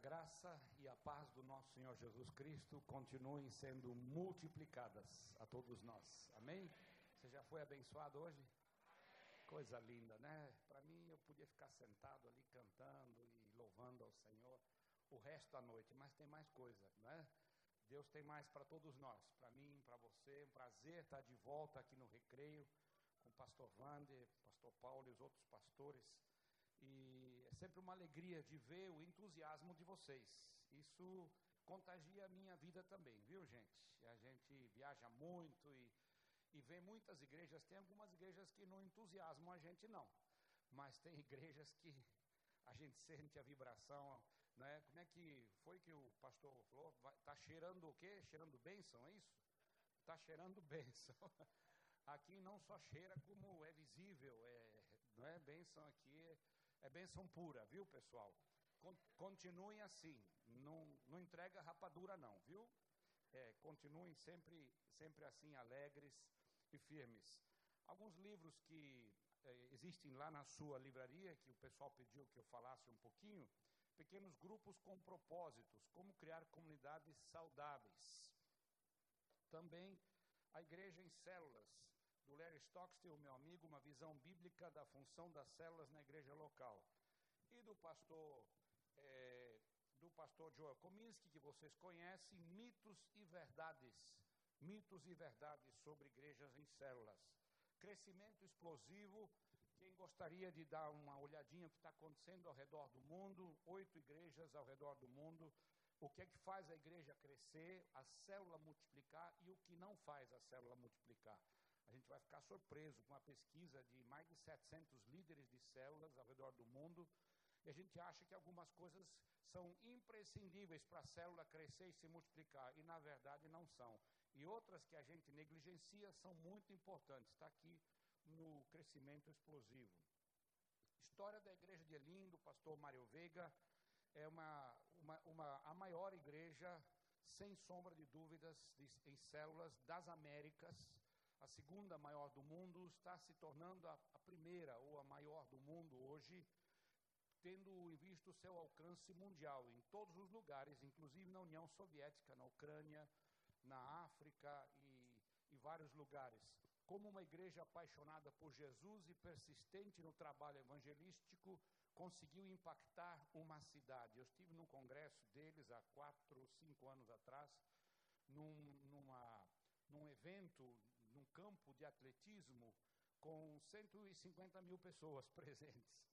graça e a paz do nosso Senhor Jesus Cristo continuem sendo multiplicadas a todos nós. Amém? Você já foi abençoado hoje? Coisa linda, né? Para mim, eu podia ficar sentado ali cantando e louvando ao Senhor o resto da noite, mas tem mais coisa, né? Deus tem mais para todos nós, para mim, para você. Um prazer estar de volta aqui no Recreio com o pastor Wander, pastor Paulo e os outros pastores. E é sempre uma alegria de ver o entusiasmo de vocês. Isso contagia a minha vida também, viu, gente? A gente viaja muito e, e vê muitas igrejas. Tem algumas igrejas que não entusiasmam a gente, não. Mas tem igrejas que a gente sente a vibração, né? Como é que foi que o pastor falou? Vai- Tá cheirando o quê? Cheirando bênção, é isso? Tá cheirando bênção. Aqui não só cheira como é visível, é, não é bênção aqui, é, é bênção pura, viu, pessoal? Con- continuem assim, não, não entrega rapadura não, viu? É, continuem sempre, sempre assim, alegres e firmes. Alguns livros que eh, existem lá na sua livraria, que o pessoal pediu que eu falasse um pouquinho, pequenos grupos com propósitos, como criar comunidades saudáveis. Também a igreja em células, do Larry Stockstill, meu amigo, uma visão bíblica da função das células na igreja local. E do pastor, eh, do pastor Joel Kominski, que vocês conhecem, mitos e verdades. Mitos e verdades sobre igrejas em células. Crescimento explosivo. Quem gostaria de dar uma olhadinha o que está acontecendo ao redor do mundo? Oito igrejas ao redor do mundo o que é que faz a igreja crescer, a célula multiplicar e o que não faz a célula multiplicar. A gente vai ficar surpreso com a pesquisa de mais de 700 líderes de células ao redor do mundo. E a gente acha que algumas coisas são imprescindíveis para a célula crescer e se multiplicar, e na verdade não são. E outras que a gente negligencia são muito importantes. Está aqui no crescimento explosivo. História da Igreja de Elim, do pastor Mário Veiga, é uma, uma, uma- a maior igreja, sem sombra de dúvidas, de- em células das Américas, a segunda maior do mundo, está se tornando a, a primeira ou a maior do mundo hoje, tendo em vista o seu alcance mundial em todos os lugares, inclusive na União Soviética, na Ucrânia, na África e, e vários lugares. Como uma igreja apaixonada por Jesus e persistente no trabalho evangelístico, conseguiu impactar uma cidade. Eu estive num congresso deles há quatro, cinco anos atrás, num, numa, num evento, num campo de atletismo, com 150 mil pessoas presentes.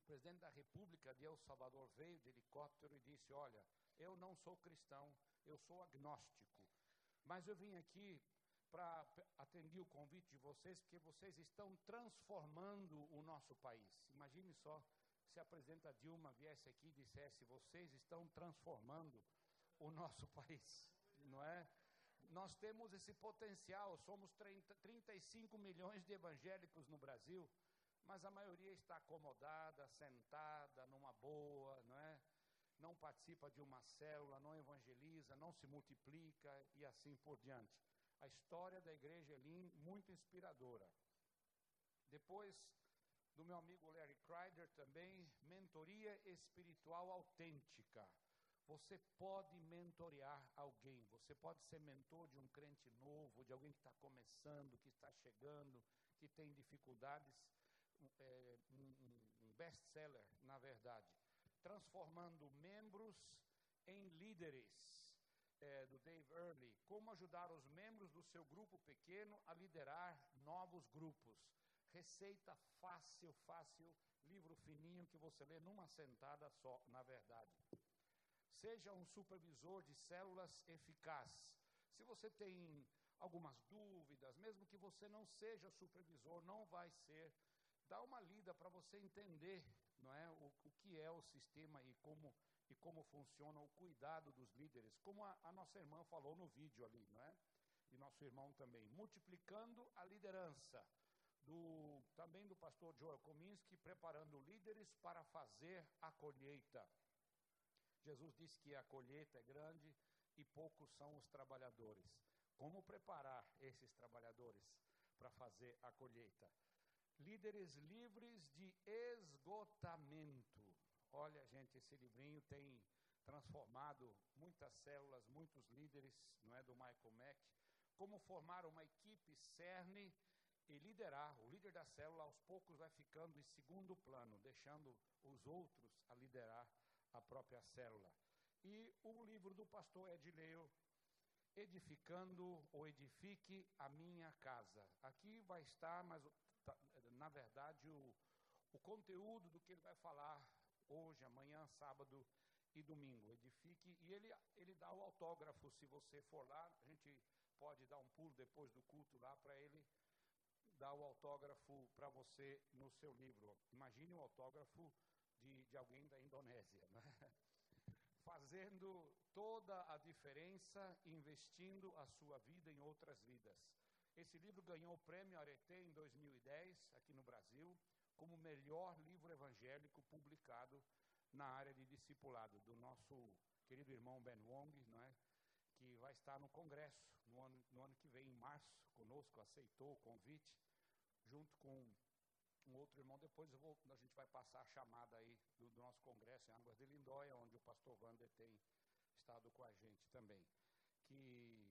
O presidente da República de El Salvador veio de helicóptero e disse: Olha, eu não sou cristão, eu sou agnóstico, mas eu vim aqui para atender o convite de vocês, porque vocês estão transformando o nosso país. Imagine só se a presidenta Dilma viesse aqui e dissesse: Vocês estão transformando o nosso país, não é? Nós temos esse potencial, somos 30, 35 milhões de evangélicos no Brasil, mas a maioria está acomodada, sentada, numa boa, não é? Não participa de uma célula, não evangeliza, não se multiplica e assim por diante. A história da igreja Elim, muito inspiradora. Depois do meu amigo Larry Kreider também, mentoria espiritual autêntica. Você pode mentorear alguém, você pode ser mentor de um crente novo, de alguém que está começando, que está chegando, que tem dificuldades. Um, é, um- um- um best-seller, na verdade. Transformando membros em líderes eh, do Dave Early, como ajudar os membros do seu grupo pequeno a liderar novos grupos. Receita fácil, fácil, livro fininho que você lê numa sentada só, na verdade. Seja um supervisor de células eficaz. Se você tem algumas dúvidas, mesmo que você não seja supervisor, não vai ser, dá uma lida para você entender não é, o, o que é o sistema e como, e como funciona o cuidado dos líderes, como a, a nossa irmã falou no vídeo ali, não é? E nosso irmão também. Multiplicando a liderança. Do, também do pastor Joel Kominski, preparando líderes para fazer a colheita. Jesus disse que a colheita é grande e poucos são os trabalhadores. Como preparar esses trabalhadores para fazer a colheita? Líderes livres de esgotamento. Olha, gente, esse livrinho tem transformado muitas células, muitos líderes, não é, do Michael Mack, como formar uma equipe cerne e liderar. O líder da célula, aos poucos, vai ficando em segundo plano, deixando os outros a liderar a própria célula. E o livro do pastor Ed Leo, Edificando ou Edifique a Minha Casa. Aqui vai estar, mas, tá, na verdade, o, o conteúdo do que ele vai falar hoje, amanhã, sábado e domingo. Edifique. E ele, ele dá o autógrafo, se você for lá. A gente pode dar um pulo depois do culto lá para ele dar o autógrafo para você no seu livro. Imagine o autógrafo de, de alguém da Indonésia, né? fazendo toda a diferença, investindo a sua vida em outras vidas. Esse livro ganhou o prêmio Areté em 2010, aqui no Brasil, como melhor livro evangélico publicado na área de discipulado, do nosso querido irmão Ben Wong, não é? que vai estar no Congresso no ano, no ano que vem, em março, conosco, aceitou o convite, junto com um outro irmão. Depois vou, a gente vai passar a chamada aí do, do nosso Congresso em Águas de Lindóia, onde o pastor Wander tem estado com a gente também. Que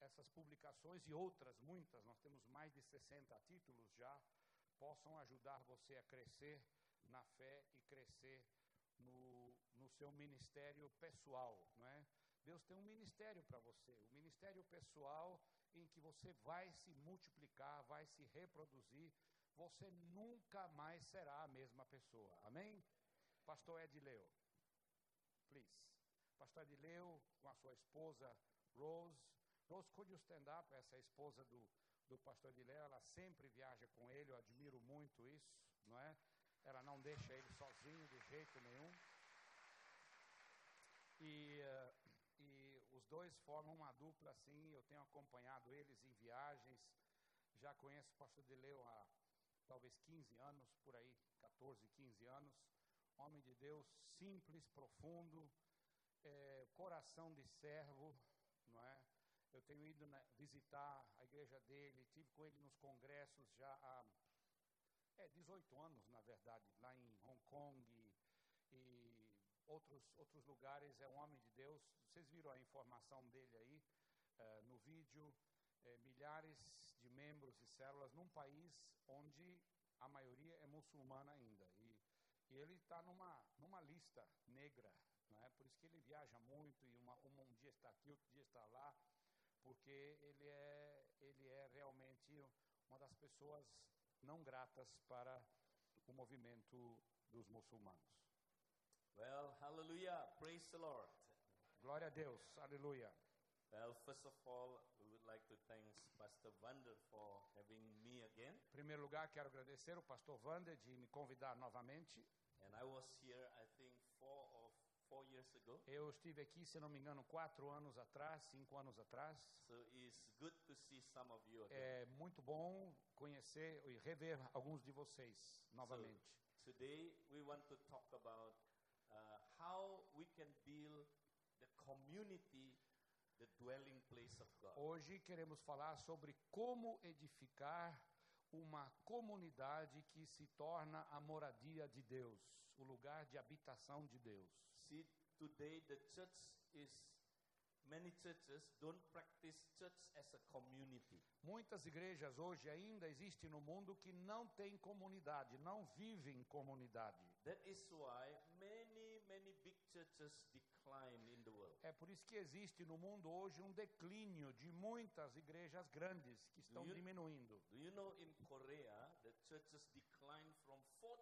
essas publicações e outras muitas, nós temos mais de 60 títulos já, possam ajudar você a crescer na fé e crescer no, no seu ministério pessoal, não é? Deus tem um ministério para você, um ministério pessoal em que você vai se multiplicar, vai se reproduzir, você nunca mais será a mesma pessoa. Amém? Pastor Edileu, please. Pastor Edileu, com a sua esposa Rose. Rose, could you stand up? Essa é esposa do, do pastor Edileu, ela sempre viaja com ele, eu admiro muito isso, não é? Ela não deixa ele sozinho de jeito nenhum. E uh, os dois formam uma dupla assim. Eu tenho acompanhado eles em viagens. Já conheço o pastor Deleu há talvez 15 anos, por aí, 14, 15 anos. Homem de Deus, simples, profundo, é, coração de servo, não é? Eu tenho ido na, visitar a igreja dele, tive com ele nos congressos já há é, 18 anos, na verdade, lá em Hong Kong e, e outros, outros lugares, é um homem de Deus. Vocês viram a informação dele aí uh, no vídeo. Eh, milhares de membros e células num país onde a maioria é muçulmana ainda. E, e ele está numa, numa lista negra, não é? por isso que ele viaja muito e uma, um, um dia está aqui, outro dia está lá, porque ele é, ele é realmente uma das pessoas não gratas para o movimento dos muçulmanos. Well, hallelujah. Praise the Lord. Glória a Deus, aleluia. Well, first of all, we would like to thank Pastor Wander for having me again. Em primeiro lugar, quero agradecer o pastor Wander de me convidar novamente. And I was here, I think, four or four years ago. Eu estive aqui, se não me engano, quatro anos atrás, cinco anos atrás. So it's good to see some of you again. É muito bom conhecer e rever alguns de vocês novamente. Today, we want to talk about uh, how we can build the community, the dwelling place of God. Hoje queremos falar sobre como edificar uma comunidade que se torna a moradia de Deus, o lugar de habitação de Deus. See, today the church is many churches don't practice church as a community. Muitas igrejas hoje ainda existem no mundo que não têm comunidade, não vivem comunidade. That is why many many big churches decline in the world. É por isso que existe no mundo hoje um declínio de muitas igrejas grandes que estão You- diminuindo. Do you know in Korea the churches decline from 40%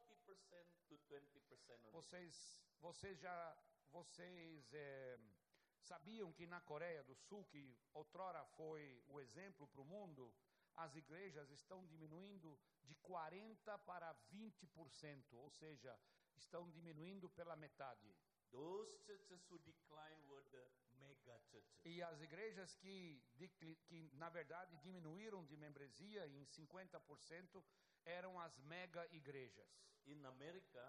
to 20% only? Vocês, vocês já, vocês eh, sabiam que na Coreia do Sul, que outrora foi o exemplo para o mundo, as igrejas estão diminuindo de 40 para 20%, ou seja, estão diminuindo pela metade. Those churches who decline were the mega churches. E as igrejas que, decli- que na verdade diminuíram de membresia em 50% eram as mega igrejas. In America,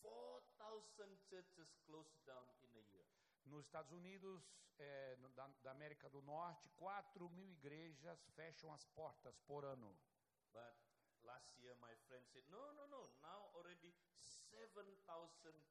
4,000 churches closed down in a year. Nos Estados Unidos, eh, no- da, da América do Norte, 4 mil igrejas fecham as portas por ano. But last year my friend said, no, no, no, now already 7,000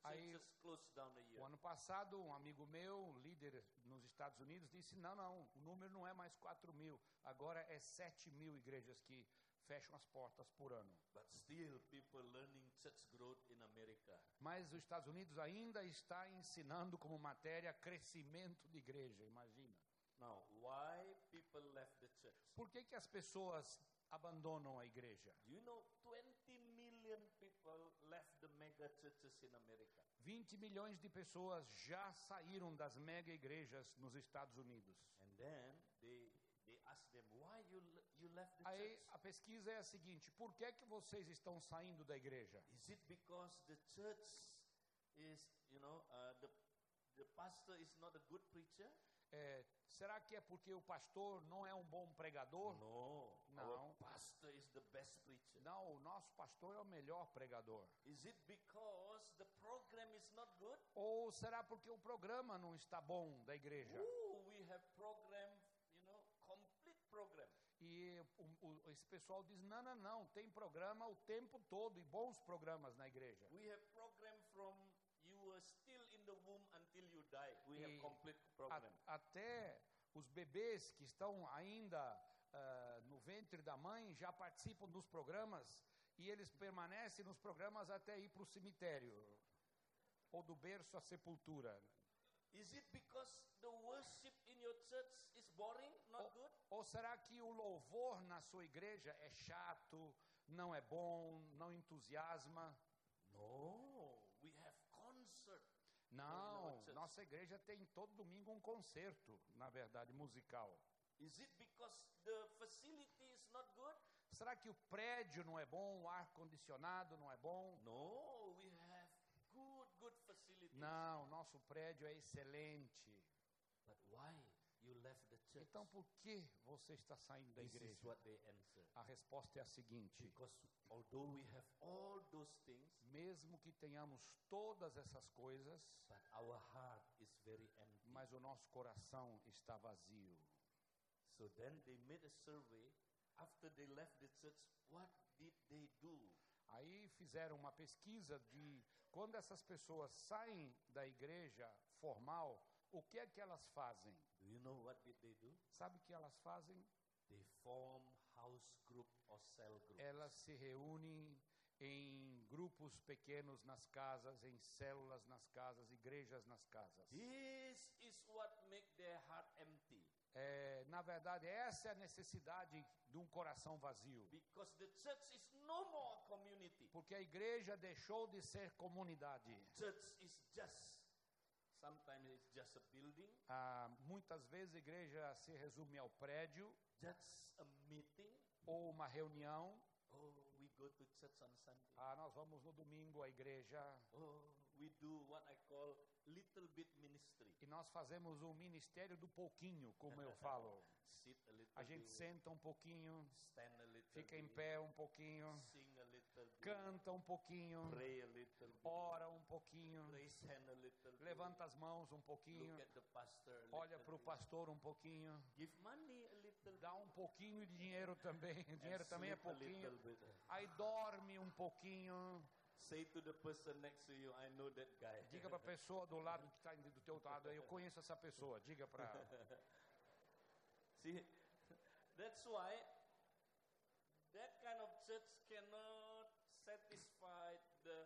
Aí- churches closed down a year. O ano passado, um amigo meu, um líder nos Estados Unidos, disse: não, não, o número não é mais 4 mil, agora é 7 mil igrejas que fecham as portas por ano. But still people learning church growth in America. Mas os Estados Unidos ainda está ensinando como matéria crescimento de igreja, imagina. Now, why people left the church? Por que, que as pessoas abandonam a igreja? Do you know 20 million people left the mega churches in America? 20 milhões de pessoas já saíram das mega igrejas nos Estados Unidos. And then they they asked them, why you le- you left the Aí church? a pesquisa é a seguinte: por que, que vocês estão saindo da igreja? Is it because the church is, you know, uh, the the pastor is not a good preacher? É, será que é porque o pastor não é um bom pregador? No, No. our pastor is the best preacher. Não, o nosso pastor é o melhor pregador. Is it because the program is not good? Ou será porque o programa não está bom da igreja? Ooh, we have program, you know, complete program. E o- o- esse pessoal diz: não, não, não, tem programa o tempo todo e bons programas na igreja. We have program from you were still in the womb until you die. We have Eh, complete A- program. até os bebês que estão ainda ah, no ventre da mãe já participam dos programas e eles permanecem nos programas até ir para o cemitério ou do berço à sepultura. Is it because the worship in your church is boring, not good? Ou será que o louvor na sua igreja é chato, não é bom, não entusiasma? No, we have concert. Não, Nossa. nossa igreja tem todo domingo um concerto, na verdade, musical. Is it because the facility is not good? Será que o prédio não é bom, o ar-condicionado não é bom? No, we have good, good facility. Não, nosso prédio é excelente. But why you left the church? Então por que você está saindo da this is igreja? what they answer. A resposta é a seguinte: Because although we have all those things, mesmo que tenhamos todas essas coisas, but our heart is very empty. mas o nosso coração está vazio. So then they made a survey after they left the church. What did they do? Aí fizeram uma pesquisa de quando essas pessoas saem da igreja formal, o que é que elas fazem? Do you know what did they do? Sabe o que elas fazem? They form house group or cell group. Elas se reúnem em grupos pequenos nas casas, em células nas casas, igrejas nas casas. This is what make their heart empty É, na verdade, essa é a necessidade de um coração vazio. because the church is no more a community. Porque a igreja deixou de ser comunidade. Church is just sometimes it's just a building, Ah, muitas vezes a igreja se resume ao prédio just a meeting. ou uma reunião. Oh, we go to church on Sunday. Ah, nós vamos no domingo à igreja Oh, we do what I call little bit ministry. e nós fazemos o ministério do pouquinho, como eu falo. Sit a little A gente bit. senta um pouquinho, Stand a little fica em bit, pé um pouquinho, Sing a little bit. canta um pouquinho, Pray a little bit. ora um pouquinho, Raise hand a little bit. levanta as mãos um Look pouquinho, at the pastor a olha little para o bit. pastor um pouquinho. Give money a little dá um pouquinho de dinheiro também. and Dinheiro também é sleep a little pouquinho. bit. Aí dorme um pouquinho. Say to the person next to you, I know that guy. Diga para a pessoa do lado que está do teu lado, eu conheço essa pessoa. Diga para ela. See, that's why that kind of church cannot satisfy the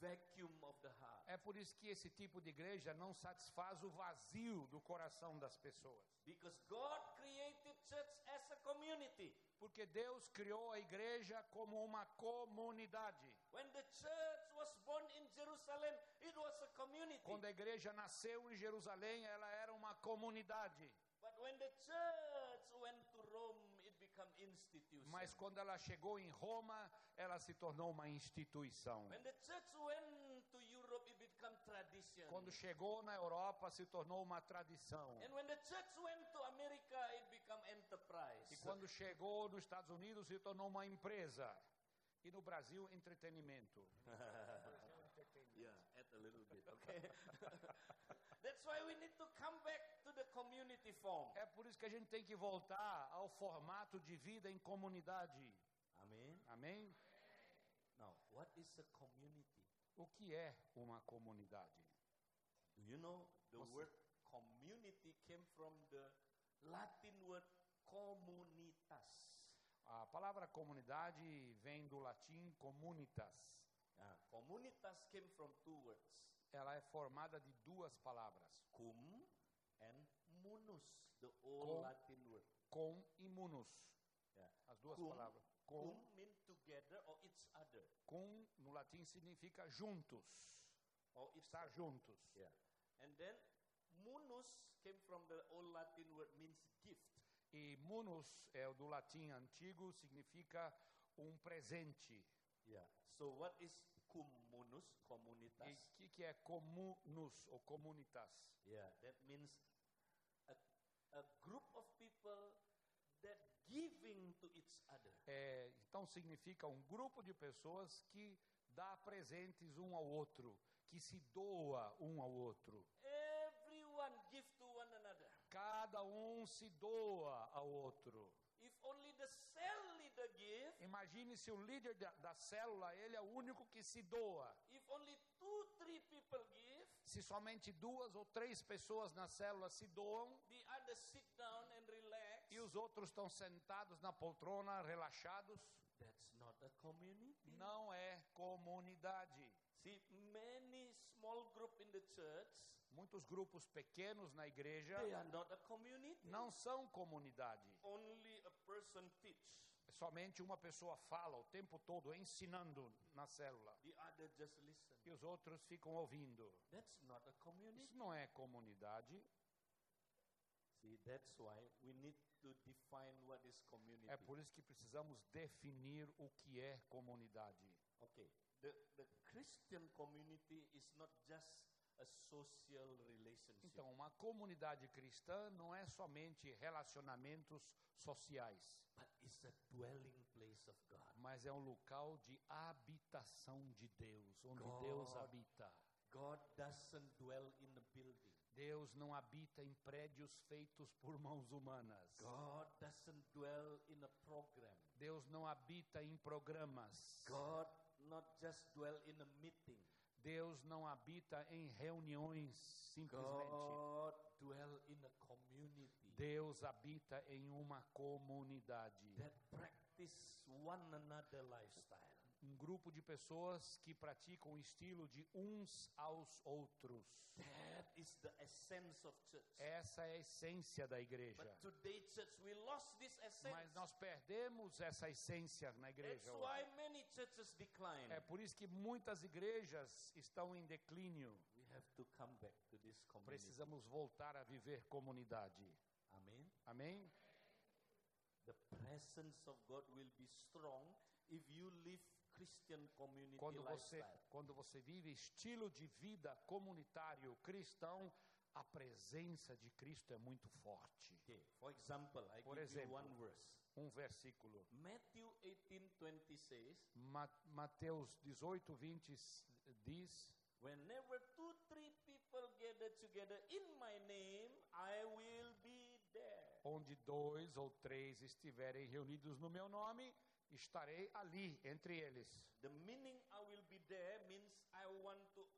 vacuum of the heart É por isso que esse tipo de igreja não satisfaz o vazio do coração das pessoas. because God created church as a community. Porque Deus criou a igreja como uma comunidade. When the church was born in Jerusalem, it was a community. Quando a igreja nasceu em Jerusalém, ela era uma comunidade. But when the church went to Rome, it became institution. Mas quando ela chegou em Roma, ela se tornou uma instituição. when the church went to Europe, it became tradition. Quando chegou na Europa, se tornou uma tradição. and when the church went to America, it became enterprise. E quando chegou nos Estados Unidos, se tornou uma empresa. E no Brasil, entretenimento. Yeah, add a little bit, okay? That's why we need to come back to the community form. É por isso que a gente tem que voltar ao formato de vida em comunidade. I'm Amen. Amém? Now, what is a community? O que é uma comunidade? Do you know the What's word community came from the Latin word comunitas? A palavra comunidade vem do latim comunitas. Ah, comunitas came from two words, Ela é formada de duas palavras, cum and munus, the old Com- Latin word. com e munus. Yeah. As duas Com- palavras. Cum Com, mean together or each other. com no latim significa juntos, Or each estar juntos. Yeah. And then munus came from the old Latin word means gift. E munus é o do latim antigo, significa um presente. Yeah. So what is cum munus, E comunitas? o que, que é comunus ou comunitas? Yeah, that means a, a group of people that giving to each other. É, então significa um grupo de pessoas que dá presentes um ao outro, que se doa um ao outro. Everyone give to one another. Cada um se doa ao outro. If only the cell leader give, Imagine se o líder da, da célula, ele é o único que se doa. if only two, three people give, Se somente duas ou três pessoas na célula se doam the other sit down and relax. e os outros estão sentados na poltrona, relaxados, That's not a community. não é comunidade. See, many small group in the church, Muitos grupos pequenos na igreja they are not a community. não são comunidade. É Only a person teach. Somente uma pessoa fala o tempo todo ensinando na célula The other just listen. e os outros ficam ouvindo. That's not a community. Isso não é comunidade. See, that's why we need to define what is community. É por isso que precisamos definir o que é comunidade. Okay, the, the Christian community is not just a social relationship. Então, uma comunidade cristã não é somente relacionamentos sociais, but it's a dwelling place of God. mas é um local de habitação de Deus, onde God. Deus habita. God doesn't dwell in a building. Deus não habita em prédios feitos por mãos humanas. God doesn't dwell in a program. Deus não habita em programas. God not just dwell in a meeting. Deus não habita em reuniões, simplesmente. God dwell in a community Deus habita em uma comunidade. that practice one another lifestyle. Um grupo de pessoas que praticam o estilo de uns aos outros. That is the essence of church. Essa é a essência da igreja. But today, church, we lost this essence. Mas nós perdemos essa essência na That's igreja. why hoje. many churches decline. É por isso que muitas igrejas estão em declínio. We have to come back to this community. Precisamos voltar a viver comunidade. Amen. Amém? The presence of God will be strong if you live Christian community Quando você, lifestyle. quando você vive estilo de vida comunitário cristão, a presença de Cristo é muito forte. Okay. For example, I Por give you exemplo. one verse. Um versículo. Matthew 18:20 says, Ma- Mateus 18, 20 s- diz: "Whenever two, three people gather together in my name, I will be there." onde dois ou três estiverem reunidos no meu nome, estarei ali entre eles. The meaning I will be there means I want to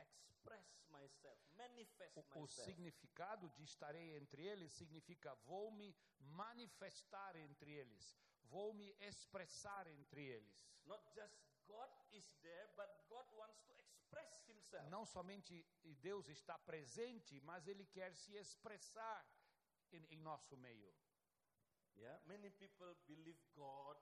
express myself, manifest O, o myself. significado de estarei entre eles significa vou me manifestar entre eles, vou me expressar entre eles. Not just God is there, but God wants to express himself. Não somente Deus está presente, mas Ele quer se expressar em, em nosso meio. Yeah, many people believe God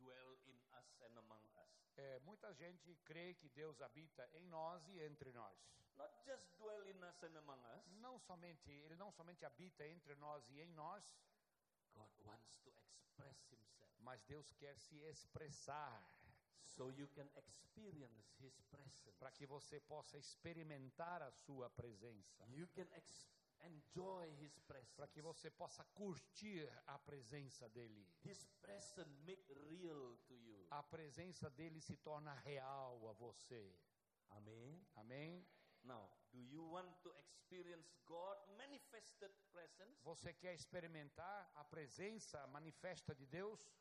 dwell in us and among us. É, muita gente crê que Deus habita em nós e entre nós. Not just dwell in us and among us. Não somente Ele não somente habita entre nós e em nós, God wants to express himself. mas Deus quer se expressar So you can experience his presence. para que você possa experimentar a sua presença, You can ex- enjoy his presence. para que você possa curtir a presença dele. his presence make real to you. A presença dele se torna real a você. Amen. Amém? Now, do you want to experience God manifested presence? Você quer experimentar a presença manifesta de Deus?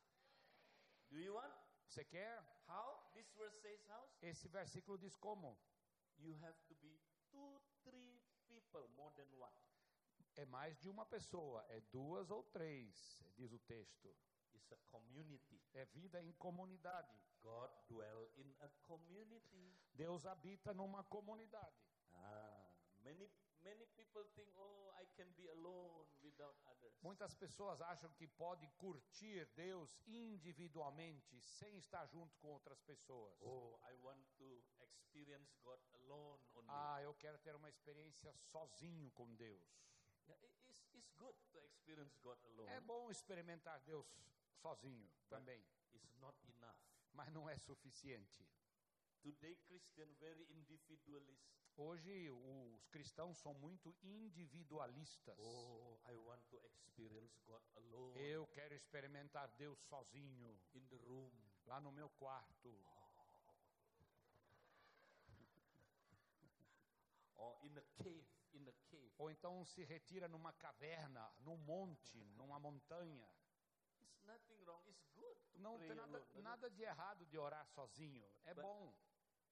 Do you want? Você quer? How? This verse says how? Esse versículo diz como? You have to be two, three people more than one. É mais de uma pessoa, é duas ou três, diz o texto. It's a community. É vida em comunidade. God dwell in a community. Deus habita numa comunidade. Ah, many many people think, oh, I can be alone without others. Muitas pessoas acham que pode curtir Deus individualmente, sem estar junto com outras pessoas. Oh, I want to experience God alone only. Ah, eu quero ter uma experiência sozinho com Deus. Yeah, it- it's, it's good to experience God alone. É bom experimentar Deus sozinho É. também, It's not enough. mas não é suficiente. Today, Christian very individualist. Hoje os cristãos são muito individualistas. Oh, I want to experience God alone Eu quero experimentar Deus sozinho, in the room. lá no meu quarto, or in a cave, in a cave. ou então se retira numa caverna, num monte, numa montanha. It's nothing wrong. It's good to Não pray tem nada, alone, but- nada de errado de orar sozinho. É But- bom.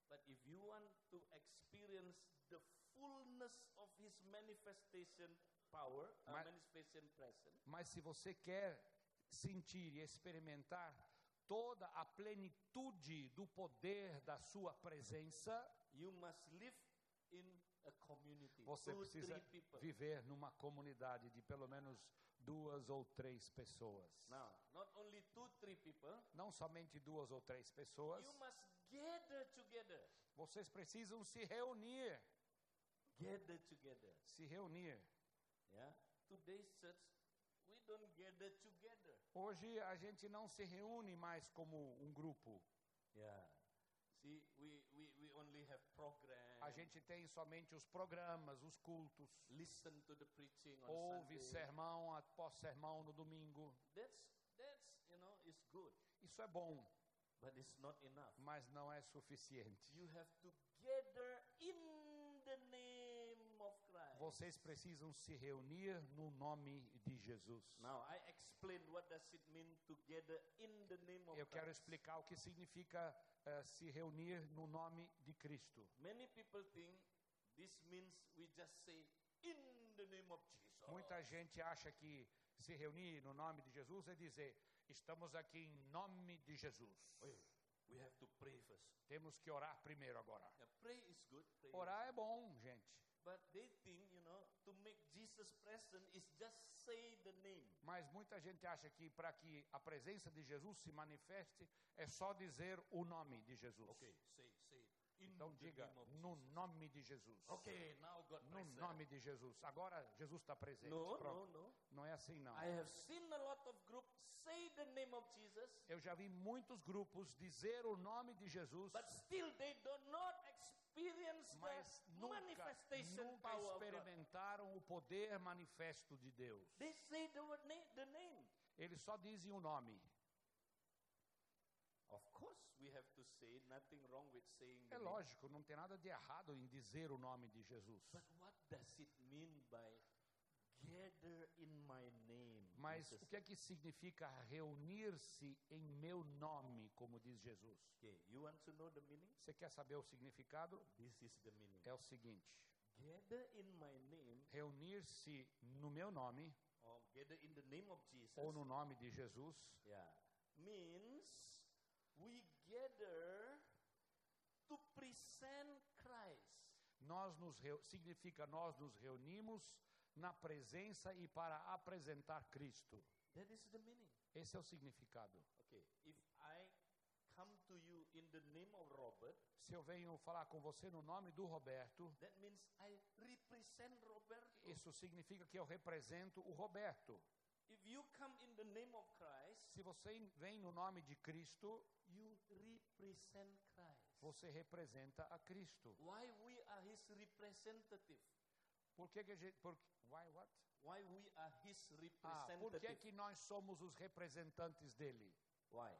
But if you want to experience the fullness of His manifestation power, uh, Ma- manifestation presence, Mas se você quer sentir e experimentar toda a plenitude do poder da sua presença, you must live in a community. você two, precisa three people. viver numa comunidade de pelo menos duas ou três pessoas. Now, not only two, three people, Não somente duas ou três pessoas, you must gather together. vocês precisam se reunir. Gather together. Se reunir. Yeah. Today's church, we don't gather together. Hoje a gente não se reúne mais como um grupo. Yeah. See, we, we, we only have program. A gente tem somente os programas, os cultos. listen to the preaching on Ouve Sunday. sermão após sermão no domingo. That's that's you know, it's good, Isso é bom, but it's not enough. mas não é suficiente. You have to gather in the name of Christ. Vocês precisam se reunir no nome de Jesus. Now I explain what does it mean to gather in the name of Eu quero Christ. explicar o que significa eh, se reunir no nome de Cristo. Many people think this means we just say in the name of Jesus. Muita gente acha que se reunir no nome de Jesus é dizer: estamos aqui em nome de Jesus. Wait, we have to pray first. Temos que orar primeiro agora. Yeah, pray is good, pray is Orar é bom, gente, But they think, you know, to make Jesus present is just say the name. mas muita gente acha que para que a presença de Jesus se manifeste é só dizer o nome de Jesus. say, say. In Então the diga: name of no Jesus. nome de Jesus. Okay, now God No present. nome de Jesus. Agora Jesus está presente. No, no, Pronto. no. Não é assim, não. I have seen a lot of groups say the name of Jesus, Eu já vi muitos grupos dizer o nome de Jesus, but still they do not experience mas the nunca, manifestation nunca power of God. experimentaram o poder manifesto de Deus. They say the word name, the name. Eles só dizem o nome. É Of course, we have to say nothing wrong with saying. É the name. lógico, não tem nada de errado em dizer o nome de Jesus. But what does it mean by gather in my name? Mas Jesus? o que é que significa reunir-se em meu nome, como diz Jesus? okay, you want to know the meaning? Você quer saber o significado? This is the meaning. É o seguinte: Gather in my name, reunir-se no meu nome or gather in the name of Jesus. ou Oh, no nome de Jesus Yeah. Means we gather to present Christ. Nós nos reu- significa nós nos reunimos na presença e para apresentar Cristo. That is the meaning. Esse é o significado. Okay. If I come to you in the name of Robert, Se eu venho falar com você no nome do Roberto, that means I represent Robert. isso significa que eu represento o Roberto. If you come in the name of Christ, Se você vem no nome de Cristo, you represent Christ. você representa a Cristo. Why we are his representative? Por que, que a gente, por, why what? Why we are his Ah, representative? por que, que nós somos os representantes dele? Why?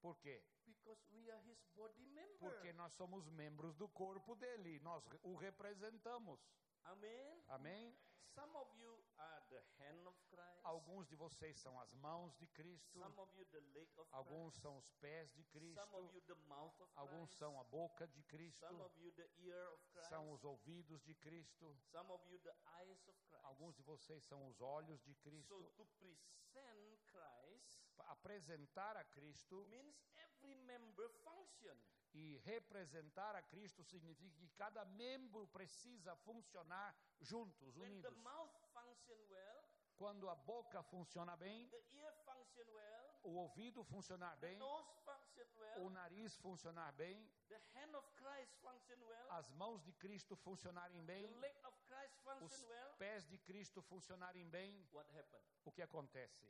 Por quê? Because we are his body member. Porque nós somos membros do corpo dele, nós o representamos. Amen. Amém? Some of you are the hand of Christ. Alguns de vocês são as mãos de Cristo, Some of you the leg of alguns Christ. são os pés de Some of Cristo, you the mouth of alguns Christ. são a boca de Cristo, Some of you the ear of Christ. são os ouvidos de Cristo, Some of you the eyes of Christ. alguns de vocês são os olhos de So Cristo. to present Christ Pa- Apresentar a Cristo means every member function. e representar a Cristo significa que cada membro precisa funcionar juntos, When the unidos. mouth function well, Quando a boca funciona bem, the ear function well, o ouvido funcionar the bem, nose function well, o nariz funcionar bem, the hand of Christ function well, as mãos de Cristo funcionarem the bem, leg of Christ function os well, pés de Cristo funcionarem bem, what happened? o que acontece?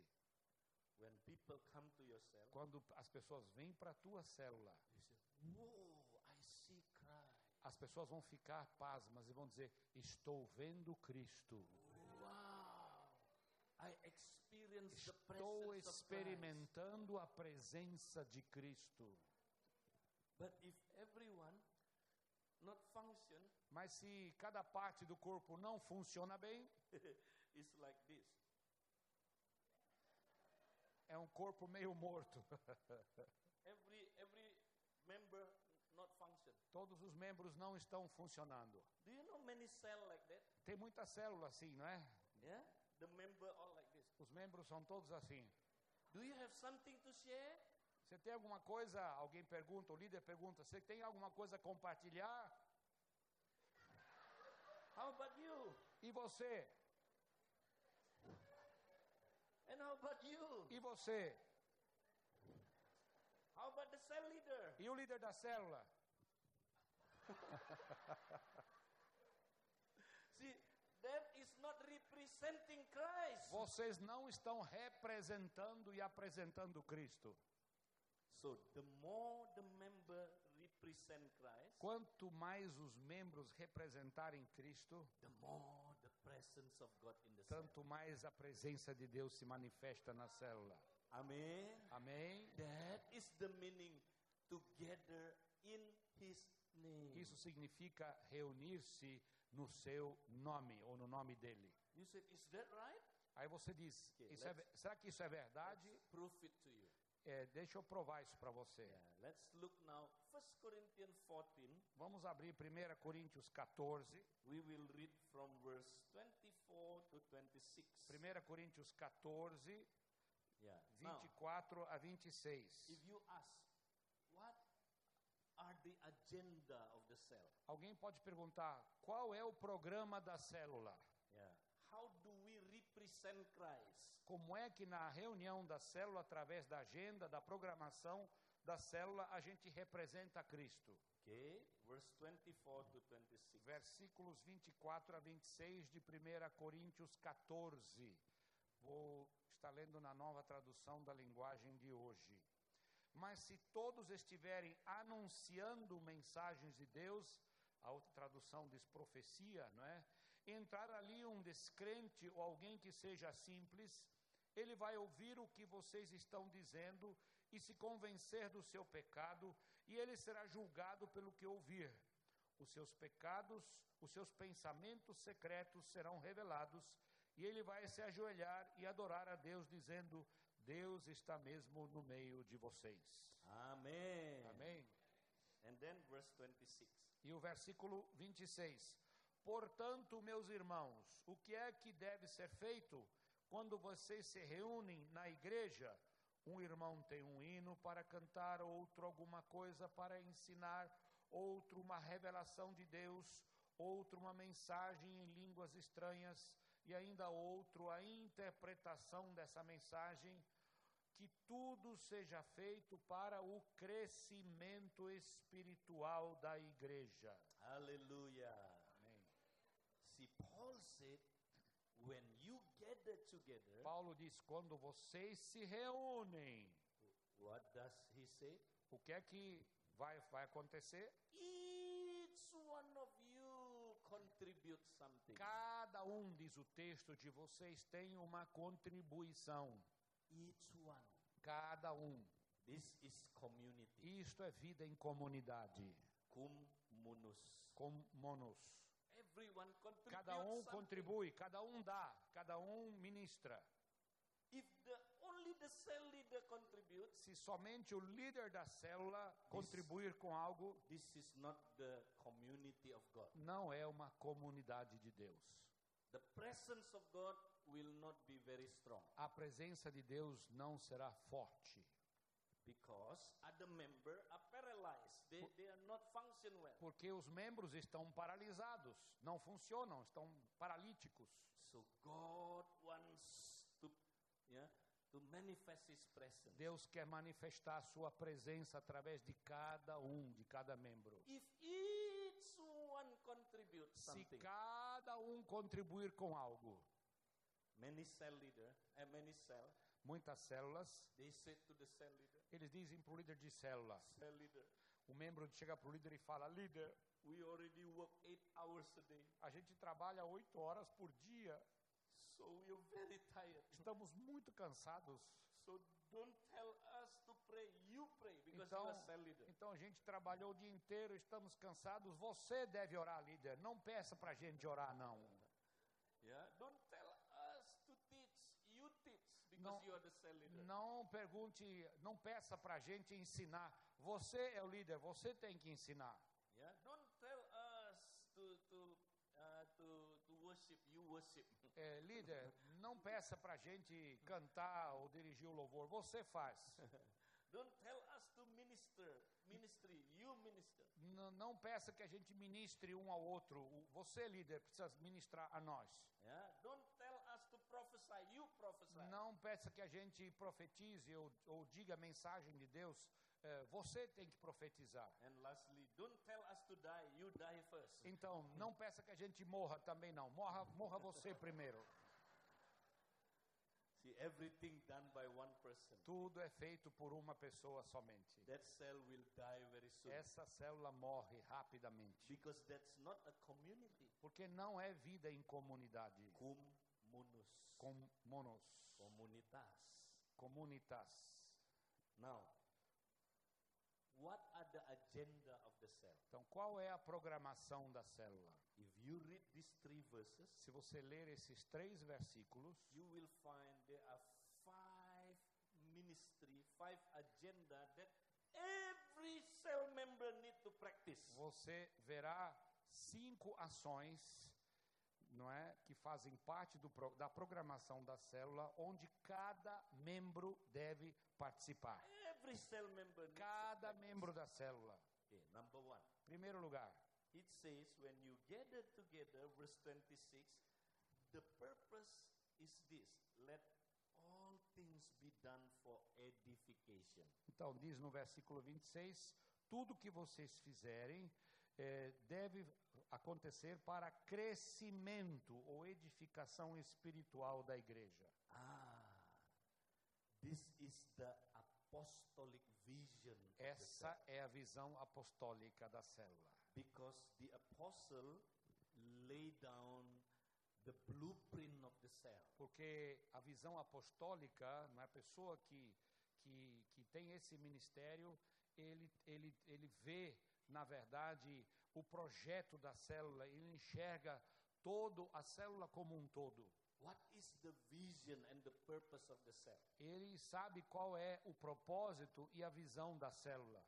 When people come to your cell, Quando as pessoas vêm para a tua célula, you say, Whoa, I see Christ. as pessoas vão ficar pasmas e vão dizer: Estou vendo Cristo, Wow, I experience the estou presence of Christ. experimentando a presença de Cristo. But if everyone not function, Mas se cada parte do corpo não funciona bem, it's like this. é um corpo meio morto. Every every member not function. Todos os membros não estão funcionando. Do you know many cell like that? Tem muita célula assim, não é? Yeah, the member all like this. Os membros são todos assim. Do you have something to share? Você tem alguma coisa? Alguém pergunta, o líder pergunta: Você tem alguma coisa a compartilhar? How about you? E você? And how about you? E você? How about the cell leader? E o líder da célula? See, that is not representing Christ. Vocês não estão representando e apresentando Cristo. So the more the member represent Christ, Quanto mais os membros representarem Cristo, the more the presence of God in the cell. tanto mais a presença de Deus se manifesta na célula. Amen. Amém? That is the meaning together in his name. Isso significa reunir-se no seu nome ou no nome dele. You said, is that right? Aí você diz: Okay, isso é let's- ve- será que isso é verdade? Let's É. prove it to you. É, deixa eu provar isso para você. Yeah, let's look now. 1 Corinthians 14, Vamos abrir 1 Coríntios 14. we will read from verse 24 to 26. 1 Coríntios 14, Yeah. Now, 24 a 26. if you ask, what are the agenda of the cell? Alguém pode perguntar: qual é o programa da célula? Yeah. How do we represent Christ? Como é que na reunião da célula, através da agenda, da programação da célula, a gente representa Cristo? Okay, verse 24 to 26. Versículos 24 a 26 de 1 Coríntios 14. Vou estar lendo na nova tradução da linguagem de hoje. Mas se todos estiverem anunciando mensagens de Deus, a outra tradução diz profecia, não é? Entrar ali um descrente ou alguém que seja simples, ele vai ouvir o que vocês estão dizendo e se convencer do seu pecado, e ele será julgado pelo que ouvir. Os seus pecados, os seus pensamentos secretos serão revelados, e ele vai se ajoelhar e adorar a Deus, dizendo: Deus está mesmo no meio de vocês. Amen. Amém? And then verse 26. E o versículo 26. Portanto, meus irmãos, o que é que deve ser feito quando vocês se reúnem na igreja? Um irmão tem um hino para cantar, outro alguma coisa para ensinar, outro uma revelação de Deus, outro uma mensagem em línguas estranhas e ainda outro a interpretação dessa mensagem. Que tudo seja feito para o crescimento espiritual da igreja. Hallelujah. Amém. See, Paul said, when you gather together, Paulo diz: quando vocês se reúnem, what does he say? o que é que vai, vai acontecer? Each one of you contribute something. Cada um, diz o texto, de vocês tem uma contribuição. Each one. Cada um. This is community. Isto é vida em comunidade. Cum munus. Com monos. Everyone contributes Cada um something. contribui, cada um dá, cada um ministra. If the, only the cell leader contributes, Se somente o líder da célula contribuir com algo, this is not the community of God. não é uma comunidade de Deus. The presence of God will not be very strong A presença de Deus não será forte, because other members are paralyzed. They, they are not function well. porque os membros estão paralisados, não funcionam, estão paralíticos. So God wants to, yeah, to manifest His presence. Deus quer manifestar a sua presença através de cada um, de cada membro. If each one contributes Se something, cada um contribuir com algo, many cell leader and many cell, muitas células, they said to the cell leader, eles dizem para o líder de célula. cell leader, O membro chega para o líder e fala: Líder, we already work eight hours a day, a gente trabalha oito horas por dia, so we are very tired. estamos muito cansados. So don't tell us to pray. You pray because Então, you are cell leader. então a gente trabalhou o dia inteiro, estamos cansados. Você deve orar, líder. Não peça para a gente orar, não. Yeah. Don't tell us to teach. You teach because No. you are the cell leader. Não pergunte, não peça para a gente ensinar. Você é o líder, você tem que ensinar. Yeah. Don't tell us to to uh, to to worship. You worship. É, líder, não peça para a gente cantar ou dirigir o louvor, você faz. don't tell us to minister. Ministry. You minister. N- não peça que a gente ministre um ao outro. O- Você, líder, precisa ministrar a nós. Yeah. Don't tell us to prophesy. You prophesy. Não peça que a gente profetize ou, ou diga a mensagem de Deus. É, você tem que profetizar. And lastly, don't tell us to die. You die first. Então, não peça que a gente morra também, não. Morra, morra você primeiro. See, everything done by one person. Tudo é feito por uma pessoa somente. That cell will die very soon. Essa célula morre rapidamente. Because that's not a community. Porque não é vida em comunidade. Cum munus. Com monos, Comunitas. comunitas. Now, what are the agenda of the cell? Então, qual é a programação da célula? If you read these three verses, Se você ler esses três versículos, you will find there are five ministry, five agenda that every cell member need to practice. você verá cinco ações, não é, que fazem parte do pro- da programação da célula, onde cada membro deve participar. Every cell member needs to Cada practice. membro da célula. Okay, number one. Primeiro lugar, It says, when you gather together, verse 26, the purpose is this let all things be done for edification. então diz no versículo 26, tudo que vocês fizerem eh, deve acontecer para crescimento ou edificação espiritual da igreja. Ah, this is the apostolic vision. of the Essa é a visão apostólica da célula. church, because the apostle laid down the blueprint of the cell. Porque a visão apostólica, não é? a pessoa que, que, que tem esse ministério, ele, ele, ele vê, na verdade, o projeto da célula, ele enxerga todo a célula como um todo. What is the vision and the purpose of the cell? Ele sabe qual é o propósito e a visão da célula.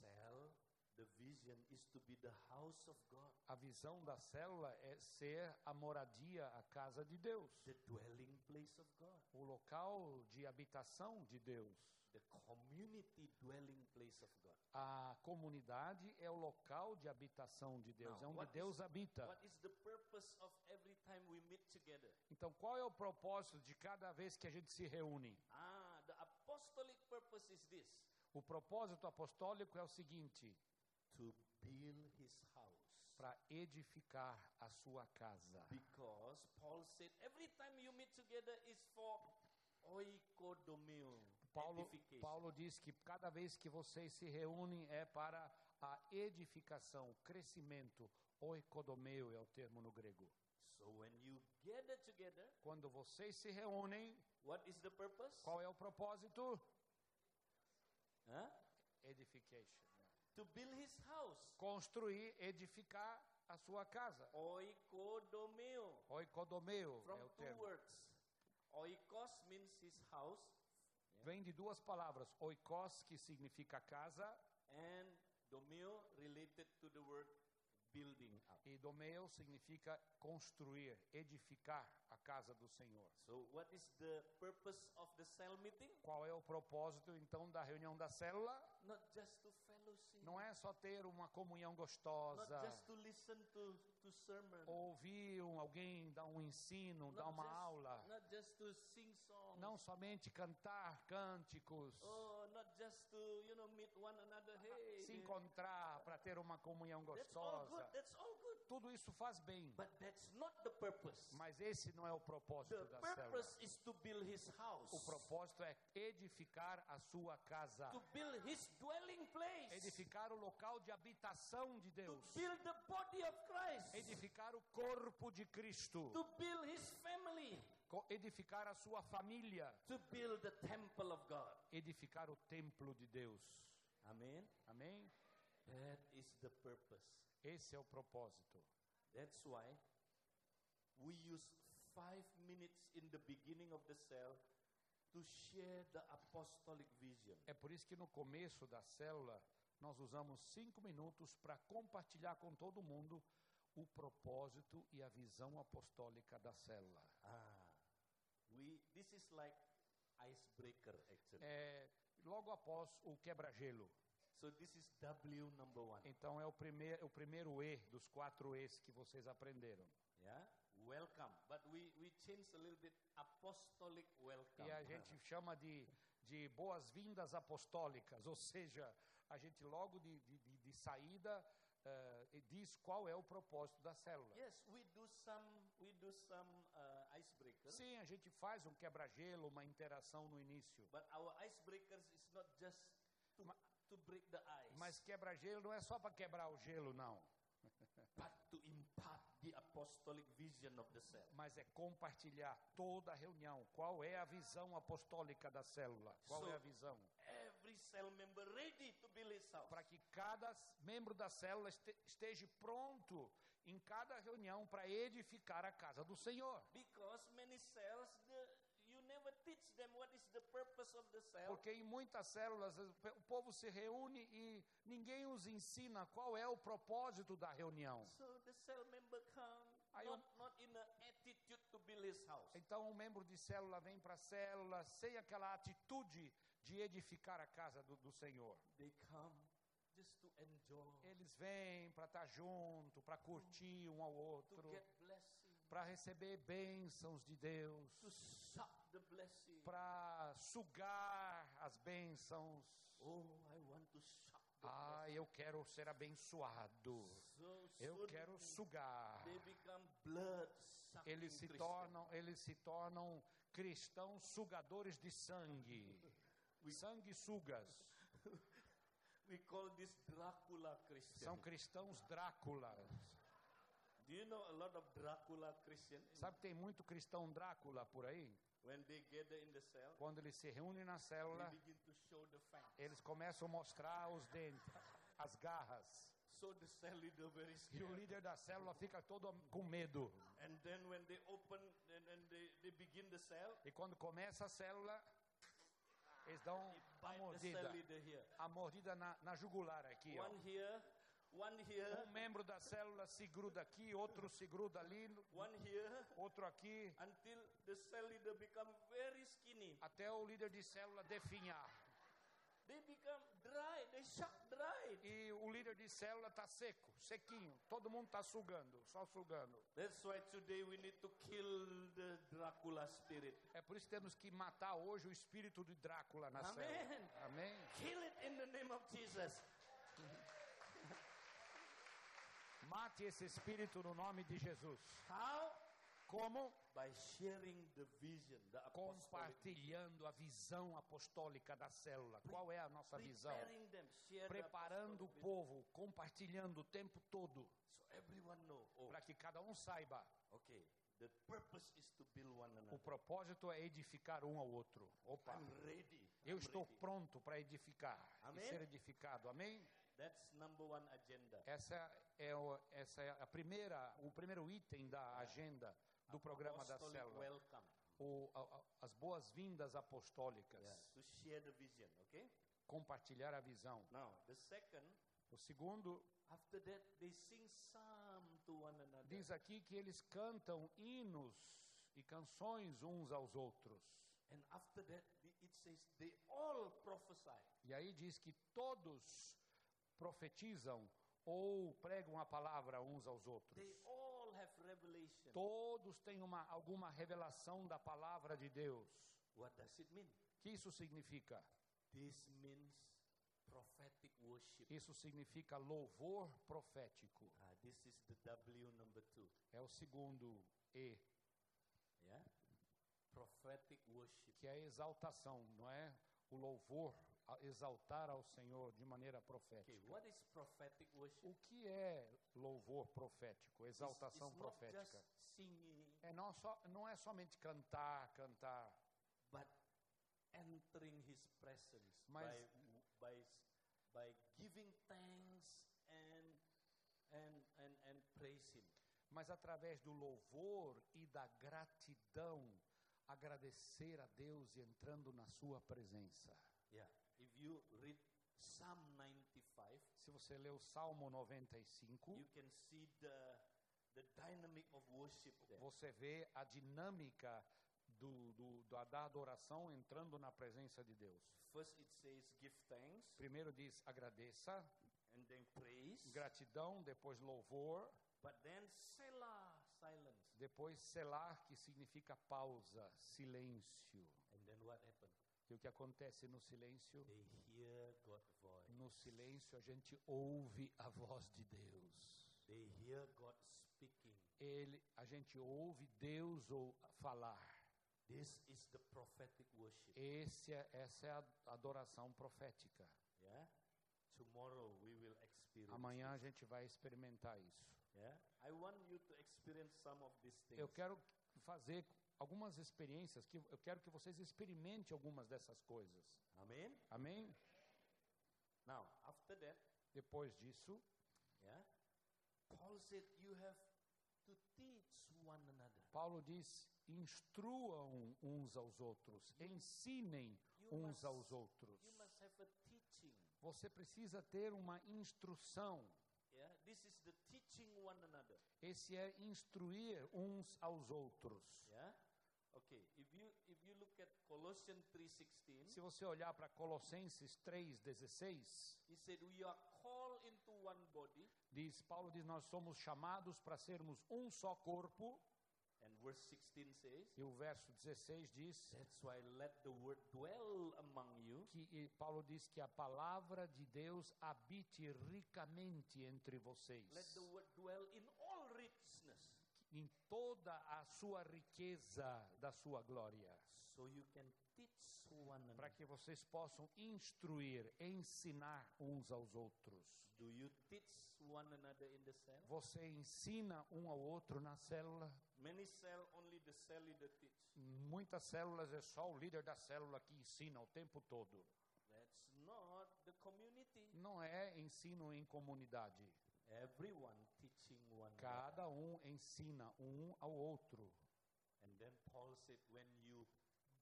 Cell, the vision is to be the house of God. A visão da célula é ser a moradia, a casa de Deus, the dwelling place of God, o local de habitação de Deus. the community dwelling place of God. A comunidade é o local de habitação de Deus, Não, é onde what Deus is- habita. What is the purpose of every time we meet together? Então, qual é o propósito de cada vez que a gente se reúne? Ah, the apostolic purpose is this O propósito apostólico é o seguinte: to build his house. para edificar a sua casa. Because Paul said every time you meet together is for oikodomeo. Paulo, edification. Paulo diz que cada vez que vocês se reúnem é para a edificação, o crescimento. Oikodomeo é o termo no grego. So when you gather together, Quando vocês se reúnem, what is the purpose? qual é o propósito? Huh? Edification. to build his house. construir, edificar a sua casa. Oikodomeo. Oikodomeo From é o two termo. words. Oikos means his house Vem de duas palavras, oikos, que significa casa, and domeo related to the word building up. e domeo significa construir, edificar a casa do Senhor. So what is the purpose of the cell meeting? Qual é o propósito então da reunião da célula? Not just to fellowship. Não é só ter uma comunhão Not gostosa, just to listen to, to sermon. ouvir um- alguém dar um ensino, dar not uma just, aula, Not just to sing songs. não somente cantar cânticos, Oh, not just to you know meet one another. Hey, se encontrar para ter uma comunhão that's all good. gostosa. That's all good. Tudo isso faz bem, But that's not the purpose. mas esse não é o propósito The da célula. purpose is to build his house. O propósito é edificar a sua casa, to build his dwelling place. edificar o local de habitação de to Deus, build the body of Christ. edificar o corpo de Cristo, to build his family. co- edificar a sua família, To build the temple of God. edificar o templo de Deus. Amen. Amém? That is the purpose. Esse é o propósito. That's why we use five minutes in the beginning of the cell to share the apostolic vision. É por isso que no começo da célula nós usamos cinco minutos para compartilhar com todo mundo o propósito e a visão apostólica da célula. Ah, we this is like icebreaker actually. É logo após o quebra-gelo. So this is W number one. Então é o primeiro, o primeiro E dos quatro E's que vocês aprenderam. Yeah, welcome. But we we change a little bit apostolic welcome. E a gente chama de, de boas-vindas apostólicas, ou seja, a gente logo de, de, de- de saída eh, e diz qual é o propósito da célula. yes, we do some we do some uh, icebreakers. Sim, a gente faz um quebra-gelo, uma interação no início. But our icebreakers is not just to, to break the ice, Mas quebra-gelo não é só para quebrar o gelo, não. but to impart the apostolic vision of the cell. Mas é compartilhar toda a reunião. Qual é a visão apostólica da célula? Qual é a visão? Every cell member ready to build his house. para que cada membro da célula este- esteja pronto em cada reunião para edificar a casa do Senhor. Because many cells, the, you never teach them what is the purpose of the cell. Porque em muitas células o pe- o povo se reúne e ninguém os ensina qual é o propósito da reunião. So the cell member come I not, am- not in an attitude to build his house. Então, um membro de célula vem para a célula sem aquela atitude de edificar a casa do, do Senhor. They come just to enjoy, Eles vêm para estar junto, para curtir um ao to outro, get blessing, para receber bênçãos de Deus. to suck the blessing. para sugar as bênçãos. Oh, I want to suck the Ah, eu quero ser abençoado. blessing. So Eu soon quero sugar. They become blood sucking Eles se Christians. tornam, eles se tornam cristãos sugadores de sangue. Sangue sugas. We call this Dracula Christian. São cristãos Drácula. Do you know a lot of Dracula Christian? Sabe que tem muito cristão Drácula por aí? When they gather in the cell, Quando eles se reúnem na célula, they begin to show the fangs. eles começam a mostrar os dentes, as garras. So the cell leader very E o scared. líder da célula fica todo com medo. And then when they open and, and they, they begin the cell, E quando começa a célula, eles dão they a bite the cell mordida. leader here. A mordida na, na jugular aqui. Ó. One here, one here, Um membro da célula se gruda aqui, outro se gruda ali, one here, outro aqui, until the cell leader become very skinny. até o líder de célula definhar. They become dry, they suck dry. E o líder de célula está seco, sequinho. Todo mundo está sugando, só sugando. That's why today we need to kill the Dracula spirit. É por isso que temos que matar hoje o espírito de Drácula na Amém. célula. Amém. Kill it in the name of Jesus. Mate esse espírito no nome de Jesus. How? Como? By sharing the vision, the apostolic compartilhando a visão apostólica da célula. Qual é a nossa visão? preparing them, share the Preparando o apostolic povo, compartilhando o tempo todo, vision. So everyone know. Oh, para que cada um saiba. okay. The purpose is to build one O another. propósito é edificar um ao outro. Opa, I'm ready. eu I'm estou ready. pronto para edificar Amém? e ser edificado. Amém? That's number one agenda. Essa é, o, essa é a primeira, o primeiro item da agenda do programa da Apostolic célula. welcome O, a- a- as boas-vindas apostólicas. to share the vision, okay? Compartilhar a visão. Now, the second, O segundo after that, they sing psalm to one another. diz aqui que eles cantam hinos e canções uns aos outros. and after that, the- it says they all prophesy. E aí diz que todos profetizam ou pregam a palavra uns aos outros. They all have revelation. Todos têm uma, alguma revelação da palavra de Deus. What does it mean? O que isso significa? This means prophetic worship. Isso significa louvor profético. Ah, this is the W number two. É o segundo E, Yeah? Prophetic worship. que é a exaltação, não é? O louvor, a- exaltar ao Senhor de maneira Okay, profética. what is prophetic worship? O que é louvor profético, It's- exaltação it's not profética? just singing, É não, só, não é somente cantar, cantar, but entering His presence Mas- by, by by giving thanks and and and and praise Him. mas através do louvor e da gratidão, agradecer a Deus e entrando na sua presença. Yeah. If you read Psalm 95, Se você lê o Salmo 95, you can see the the dynamic of worship there. você vê a dinâmica do, do- da, da adoração entrando na presença de Deus. First, it says give thanks Primeiro diz agradeça, and then praise. gratidão, depois louvor, But then Selah, silence. depois selar, que significa pausa, silêncio. And then what happened? E o que acontece no silêncio? They hear God's voice. No silêncio a gente ouve a voz de Deus. They hear God speaking. Ele, a gente ouve Deus ou falar. This is the prophetic worship. Esse é, essa é a adoração profética. Yeah. Tomorrow we will experience. Amanhã a gente vai experimentar isso. Yeah. I want you to experience some of these things. Eu quero fazer algumas experiências que eu quero que vocês experimentem algumas dessas coisas. Amen. Amém? Now, after that, Depois disso, yeah, Paul said you have to teach one another. Paulo diz: instruam uns aos outros, ensinem You uns must- aos outros. You must have a teaching. Você precisa ter uma instrução. Yeah. This is the teaching one another. Esse é instruir uns aos outros. Yeah. Okay. If you if you look at Colossians three sixteen, Se você olhar para Colossenses 3:16, he said we are called into one body. diz Paulo diz nós somos chamados para sermos um só corpo, And verse sixteen says, e o verso 16 diz That's why let the word dwell among you. que e Paulo diz que a palavra de Deus habite ricamente entre vocês, Let the word dwell in all richness. em toda a sua riqueza da sua glória, So you can teach one para another. que vocês possam instruir, ensinar uns aos outros. Do you teach one another in the cell? Você ensina um ao outro na célula. Many cell, only the cell leader teach. Muitas células é só o líder da célula que ensina o tempo todo. That's not the community. Não é ensino em comunidade. Everyone teaching one another. Cada um ensina um ao outro. And then Paul said, when you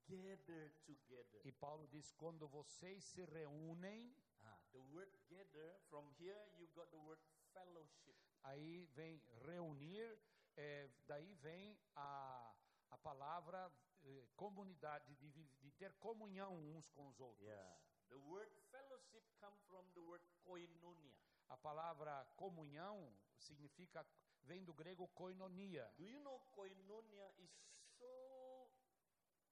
gather together. E Paulo diz: quando vocês se reúnem, Ah, the word gather, from here you got the word fellowship. aí vem reunir, eh, daí vem a, a palavra eh, comunidade, de, vi- de ter comunhão uns com os outros. The word fellowship come from the word koinonia. A palavra comunhão significa, vem do grego koinonia. Do you know koinonia is so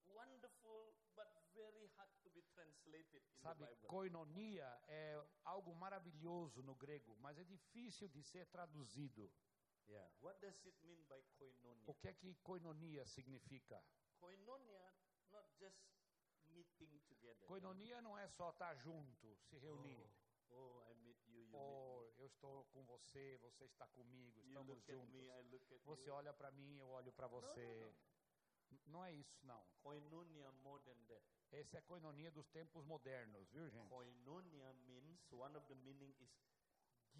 wonderful but very hard to be translated in Sabe, the Bible. koinonia é algo maravilhoso no grego, mas é difícil de ser traduzido. Yeah. What does it mean by O koinonia? que é que koinonia significa? Koinonia not just meeting together. Koinonia não é só estar junto, se reunir. Oh, oh, I meet you, you Ou eu estou com você, você está comigo, meet me. You Oh, estamos look at juntos. me, I look at Você you. olha para mim, eu olho para você. Não é isso, não. Koinonia more than that. Essa é a coinonia dos tempos modernos, viu, gente? Koinonia means one of the meaning is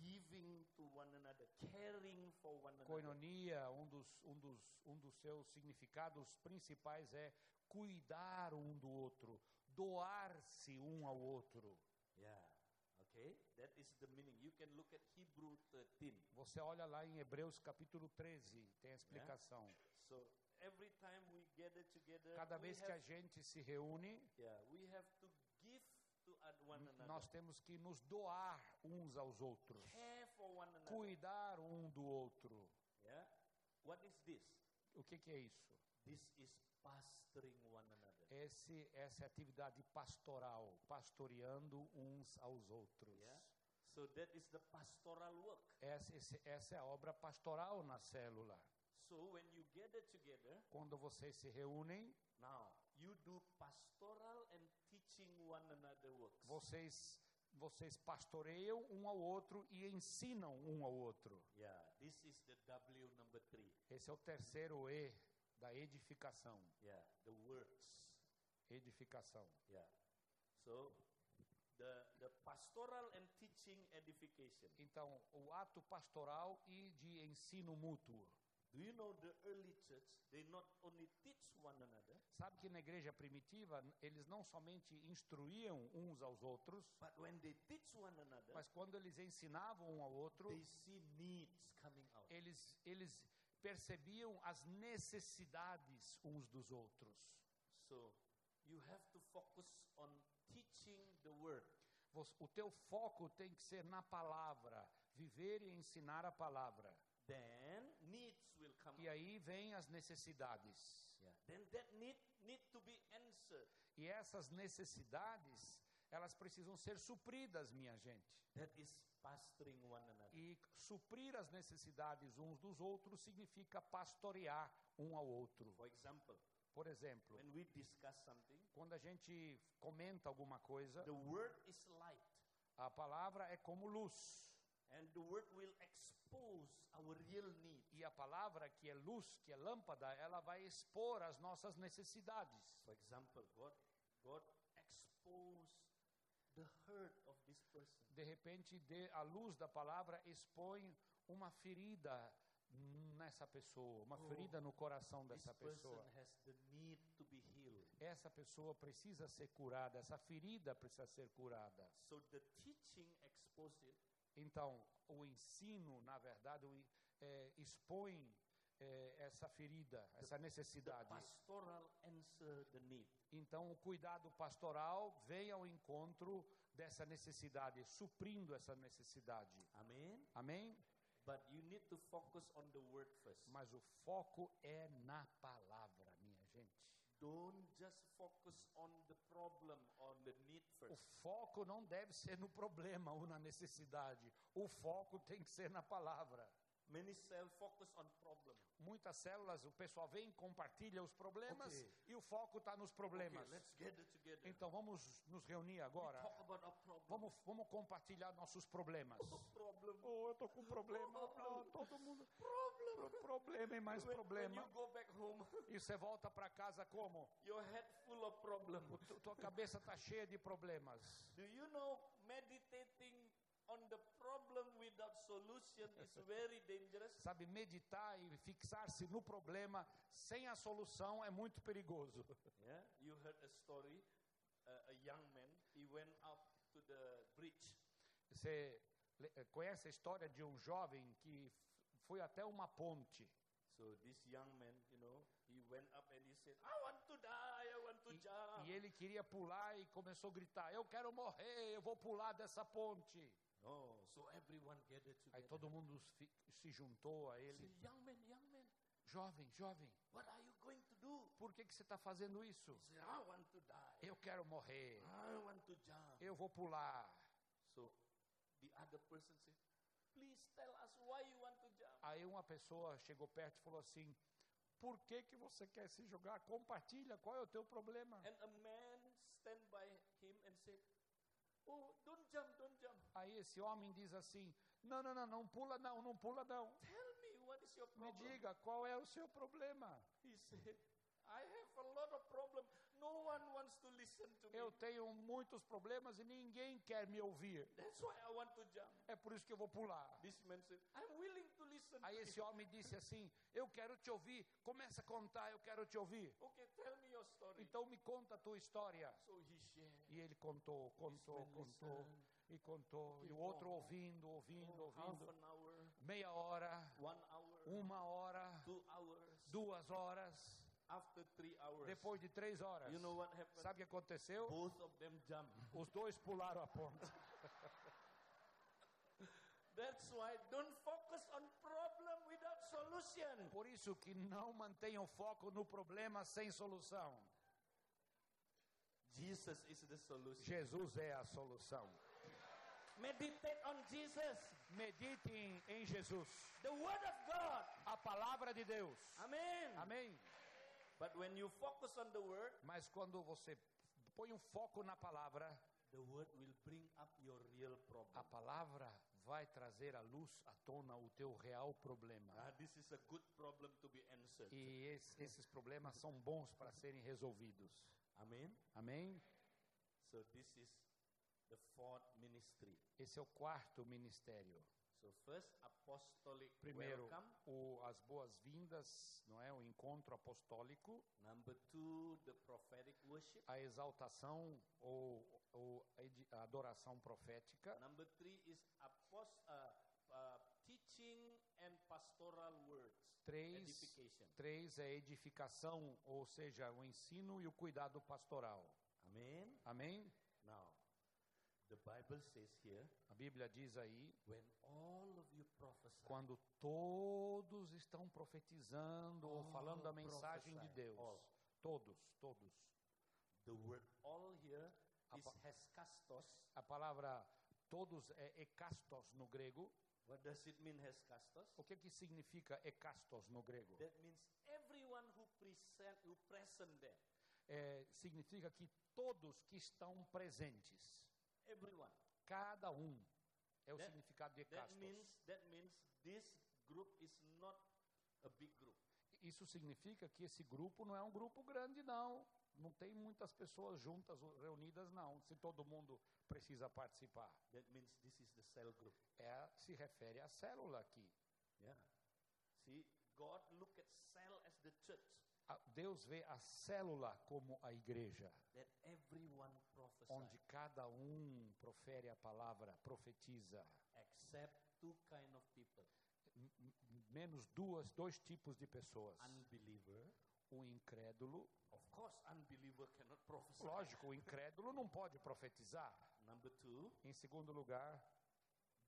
giving to one another, caring for one another. Coinonia, um dos, um, dos, um dos seus significados principais é cuidar um do outro, doar-se um ao outro. Yeah. Okay? That is the meaning. You can look at Hebrew 13. Você olha lá em Hebreus capítulo 13, tem a explicação. So every time we gather together, Cada we vez que a have, gente se reúne, yeah, we have to give to ad- one another, nós temos que nos doar uns aos outros, care for one another. cuidar um do outro. Yeah? What is this? O que, que é isso? This is pastoring one another. Esse, essa é a atividade pastoral, pastoreando uns aos outros. Yeah? So that is the pastoral work. Essa, esse- essa é a obra pastoral na célula. So when you gather together, Quando vocês se reúnem, now you do pastoral and teaching one another works. vocês, vocês pastoreiam um ao outro e ensinam um ao outro. Yeah, this is the W number three. Esse é o terceiro E da edificação. Yeah, the works. Edificação. Yeah. So the the pastoral and teaching edification. Então, o ato pastoral e de ensino mútuo. Do you know the early church? They not only teach one another, Sabe que na igreja primitiva eles não somente instruíam uns aos outros, but when they teach one another, mas quando eles ensinavam um ao outro, they see needs coming out. eles, eles percebiam as necessidades uns dos outros. So you have to focus on teaching the word. Vos- O teu foco tem que ser na palavra, viver e ensinar a palavra. Then needs will come E out. aí vem as necessidades. Yeah. Then that need need to be answered. E essas necessidades, elas precisam ser supridas, minha gente. That is pastoring one another. E suprir as necessidades uns dos outros significa pastorear um ao outro. For example, Por exemplo, when we discuss something, quando a gente comenta alguma coisa, the word is light. a palavra é como luz. And the word will expose our real need. E a palavra que é luz, que é lâmpada, ela vai expor as nossas necessidades. For example, God, God expose the hurt of this person. De repente, de- a luz da palavra expõe uma ferida nessa pessoa, uma Oh, ferida no coração This dessa person pessoa. has the need to be healed. essa pessoa precisa ser curada, essa ferida precisa ser curada. So the teaching exposes Então, o ensino, na verdade, o i- eh, expõe eh, essa ferida, essa the necessidade. pastoral answer the need. Então, o cuidado pastoral vem ao encontro dessa necessidade, suprindo essa necessidade. Amen. Amém? But you need to focus on the word first. Mas o foco é na palavra, minha gente. Don't just focus on the problem on the need O first. foco não deve ser no problema ou na necessidade. O foco tem que ser na palavra. Many self focus on problem. Muitas células, o pessoal vem, compartilha os problemas Ok. e o foco está nos problemas. Okay, let's gather together. Então vamos nos reunir agora. Talk about our problem. Vamos, vamos compartilhar nossos problemas. problem. Oh, eu estou com um problema. Oh, todo mundo. Problem. Problema e mais When, when you problema. go back home, E você volta para casa como? your head full of problem. O tu- tua cabeça está cheia de problemas. Do you know meditating on the problem without solution is very dangerous? Sabe, meditar e fixar-se no problema sem a solução é muito perigoso. Yeah. You heard a story. Uh, a young man, he went up to the bridge. Você le- conhece a história de um jovem que f- foi até uma ponte. So this young man, you know, he went up and he said, I want to die, I want to E- jump. E ele queria pular e começou a gritar: Eu quero morrer, eu vou pular dessa ponte. Oh, so everyone gathered Aí together. todo mundo fi- se juntou a Say, ele: young man, young man, Jovem, jovem, what are you going to do? por que, que você está fazendo isso? He said, I want to die. Eu quero morrer, I want to jump. eu vou pular. So the other person said, Please tell us why you want to jump. Aí uma pessoa chegou perto e falou assim: Por que, que você quer se jogar? Compartilha, qual é o teu problema? And a man stand by him and said, Oh, don't jump, don't jump. Aí esse homem diz assim: Não, não, não, não pula não, não pula não. Tell me what is your Me problem. diga qual é o seu problema. He said, I have a lot of problem. No one wants to listen to me. Eu tenho muitos problemas e ninguém quer me ouvir. That's why I want to jump. É por isso que eu vou pular. This man said, I'm willing to listen. Aí to esse homem disse assim: Eu quero te ouvir. Começa a contar, eu quero te ouvir. you. Okay, tell me your story. Então me conta a tua história. So he shared. E ele contou, contou, This man contou listened. e contou. E o outro ouvindo, ouvindo, Half ouvindo. an hour, Meia hora, one hour, uma hora, two hours, duas horas, after three hours. depois de três horas. you know what happened? Sabe o que aconteceu? Both of them jumped. Os dois pularam a ponte. That's why don't focus on problem without solution. Por isso que não mantenham foco no problema sem solução. Jesus is the solution. Jesus é a solução. Meditate on Jesus, Meditem em Jesus, the Word of God. a palavra de Deus. Amen. Amém. But when you focus on the Word, Mas quando você põe um foco na palavra, the Word will bring up your real problem. a palavra vai trazer à luz, à tona o teu real problema. Ah, this is a good problem to be answered. E es- esses problemas são bons para serem resolvidos. Amen. Amém? So this is the fourth ministry. Esse é o quarto ministério. So first, apostolic Primeiro, welcome. o, as boas-vindas, não é? O encontro apostólico. Number two, the prophetic worship. a exaltação ou, ou a edi- a adoração profética. Number three is apost- uh, uh, teaching and pastoral words. Três, Edification. três é edificação, ou seja, o ensino e o cuidado pastoral. Amen. Amém? Now, the Bible says here, A Bíblia diz aí, when all of you prophesy, quando todos estão profetizando ou Oh, falando da mensagem de prophesy. Deus. All. Ah, Todos, todos. the word all here is Apo- heskastos. A palavra todos é ekastos no grego. What does it mean, heskastos? O que que significa ekastos no grego? That means everyone who present, who present there, É, significa que todos que estão presentes. everyone. cada um é o That- significado de That castos. means that means this group is not a big group. Isso significa que esse grupo não é um grupo grande, não. Não tem muitas pessoas juntas, ou reunidas, não. Se todo mundo precisa participar. That means this is the cell group. É, se refere à célula aqui. Yeah. See, God look at cell as the church A- Deus vê a célula como a igreja, that everyone prophesies. onde cada um profere a palavra, profetiza. except two kind of people M- m- Menos duas, dois tipos de pessoas. unbeliever O incrédulo, of course unbeliever cannot prophesy lógico, o incrédulo não pode profetizar. number two Em segundo lugar,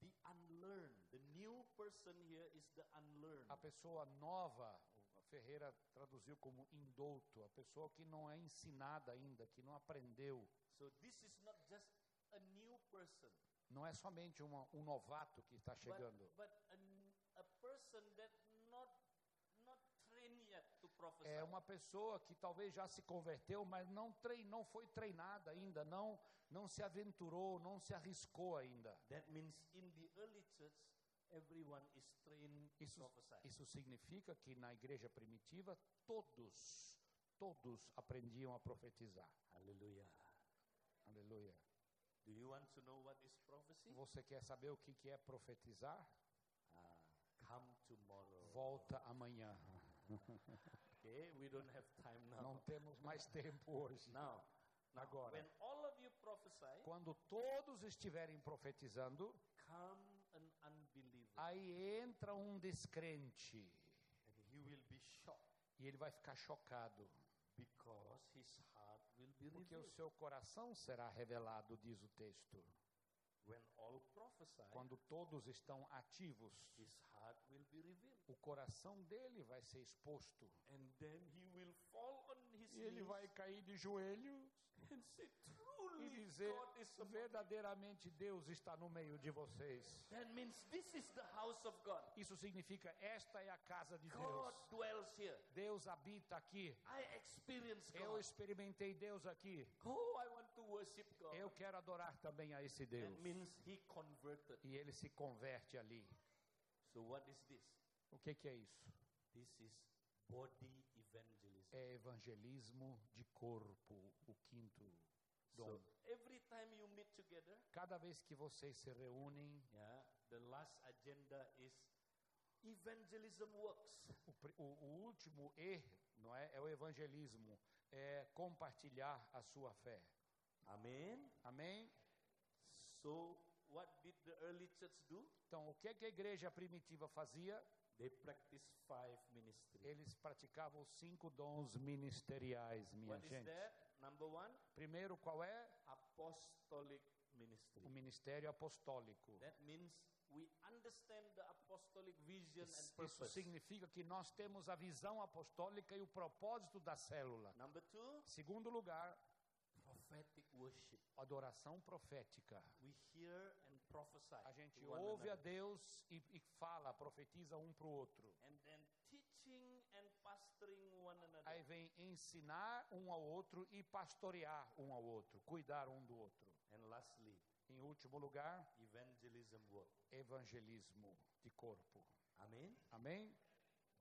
the unlearned the new person here is the unlearned a pessoa nova, o Ferreira traduziu como indouto, a pessoa que não é ensinada ainda, que não aprendeu. so this is not just a new person Não é somente uma- um novato que está but, chegando. but a, n- a person that not not trained yet to prophesy É uma pessoa que talvez já se converteu, mas não, trein, não foi treinada ainda, não, não se aventurou, não se arriscou ainda. that means in the early church everyone is trained to Isso, prophesy isso significa que na igreja primitiva, todos, todos aprendiam a profetizar. hallelujah Aleluia. do you want to know what is prophecy Você quer saber o que que é profetizar? Ah, come tomorrow Volta amanhã. Okay, we don't have time Não now. temos mais tempo hoje. Now, Agora, when all of you prophesy, quando todos estiverem profetizando, come an Ah. unbeliever, aí entra um descrente and he will be shocked e ele vai ficar chocado, because his heart will be porque o revealed. seu coração será revelado, diz o texto. When all prophesy, Quando todos estão ativos, his heart will be revealed, o coração dele vai ser exposto. and then he will fall on his E ele knees vai cair de joelhos and say, e "Truly, dizer: God is among me." verdadeiramente Deus está no meio de vocês. That means this is the house of God. Isso significa: esta é a casa de God Deus. dwells here. Deus habita aqui. I experience Eu God. experimentei Deus aqui. Oh, I want to worship God. Eu quero adorar também a esse That Deus. means he converted. E ele se converte ali. So what is this? O que, que é isso? This is body evangelism. é evangelismo de corpo, o quinto So dom. every time you meet together, Cada vez que vocês se reúnem, yeah, the last agenda is evangelism works. o, pri- o- o último E, não é? É o evangelismo, é compartilhar a sua fé. Amen. Amém? So what did the early church do? Então, o que, é que a igreja primitiva fazia? They practiced five ministries. Eles praticavam os cinco dons ministeriais, minha What is gente. that? Number one, Primeiro, qual é? apostolic O ministry. ministério apostólico. That means we understand the apostolic vision and Isso- Isso purpose. significa que nós temos a visão apostólica e o propósito da célula. Number two, Segundo lugar, prophetic worship. adoração profética. We hear and prophesy. A gente to one ouve a é another. Deus e, e fala, profetiza um para o outro. And then teaching and pastoring one another. Aí vem ensinar um ao outro e pastorear um ao outro, cuidar um do outro. And lastly, Em último lugar, evangelism work. evangelismo de corpo. Amen. Amém?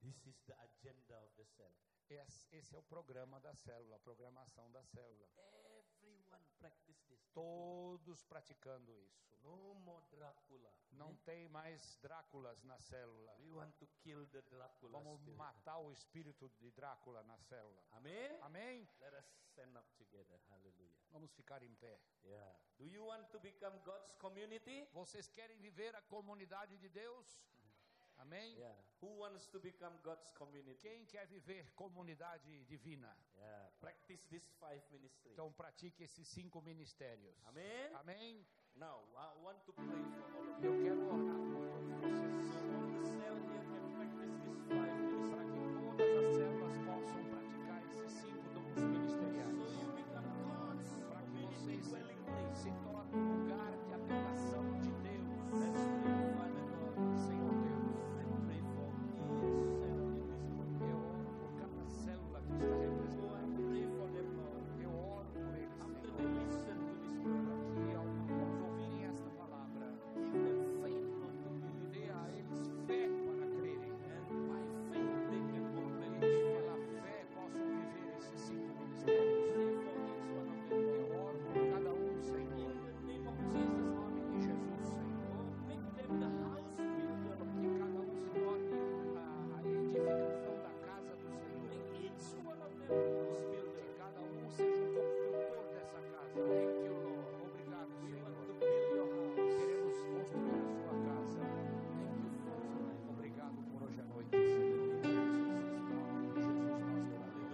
This is the agenda of the cell. Esse, esse é o programa da célula, a programação da célula. Everyone practice this. Todos praticando isso. No more Dracula. Não tem mais Dráculas na célula. We want to kill the Dracula Vamos spirit. matar o espírito de Drácula na célula. Amen. Amém? Let us stand up together. Hallelujah. Vamos ficar em pé. Yeah. Do you want to become God's community? Vocês querem viver a comunidade de Deus? Amém? Yeah. Who wants to become God's community? Quem quer viver comunidade divina? Yeah. Practice these five ministries. Então pratique esses cinco ministérios. Amen. Amém? Now, I want to pray for all of you. Eu quero orar por todos So vocês all the cell here can practice these five ministries. para que todas as células possam praticar esses cinco dons So ministeriais. you become God's Para que community vocês dwelling place. se tornem um lugar de adoração de Let's Deus. né? pray, Father God. Senhor Deus, I pray for each cell in this room. eu oro por cada célula que está So representada. I pray for them, Lord. Eu oro por eles, After Senhor. they listen to this word, que ao ao ouvirem esta palavra, give them faith, Lord, to believe dê this. a eles fé para crerem. And by faith they can operate Que this pela five. fé possam viver esses cinco Pray ministérios. for each one of them, Lord. Eu oro por cada um, Senhor. In the name of Em Jesus, nome de Jesus, Senhor. Lord, make them the house builder. Que cada um se torne a, a edificação da casa do Senhor. Make each one of them the house builder. Que cada um seja um construtor dessa casa. Thank you, Lord. Obrigado, We want to Senhor. build your house. Queremos construir a sua casa. Thank you for tonight. Obrigado por hoje à noite, Senhor. Em Jesus, nome de Jesus, nós oramos. Aleluia. É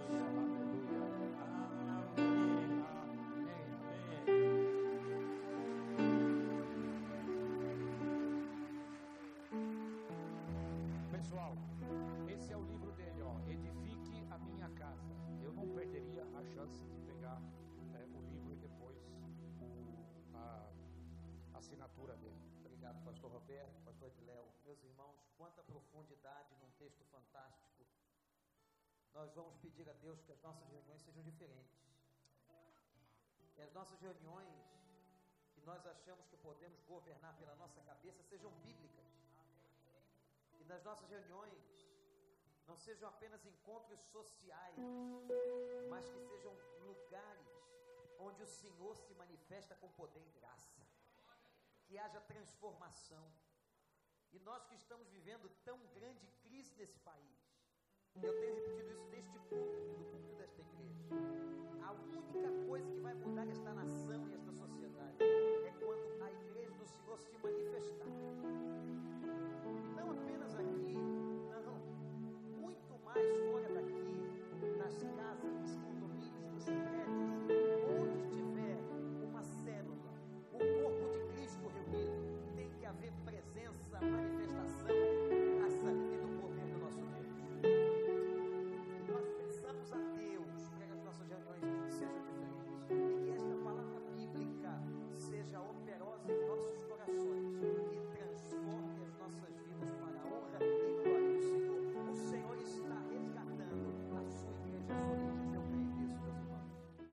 Amen. Amém. Amen. Pessoal, esse é o livro dele, ó, Edifique a Minha Casa. Eu não perderia a chance de pegar eh, o livro e depois o- a assinatura dele. Obrigado, pastor Roberto, pastor Edléo. Meus irmãos, quanta profundidade num texto fantástico. Nós vamos pedir a Deus que as nossas reuniões sejam diferentes. Que as nossas reuniões que nós achamos que podemos governar pela nossa cabeça sejam bíblicas. Que nas nossas reuniões não sejam apenas encontros sociais, mas que sejam lugares onde o Senhor se manifesta com poder e graça que haja transformação. E nós que estamos vivendo tão grande crise nesse país, eu tenho repetido isso é Então,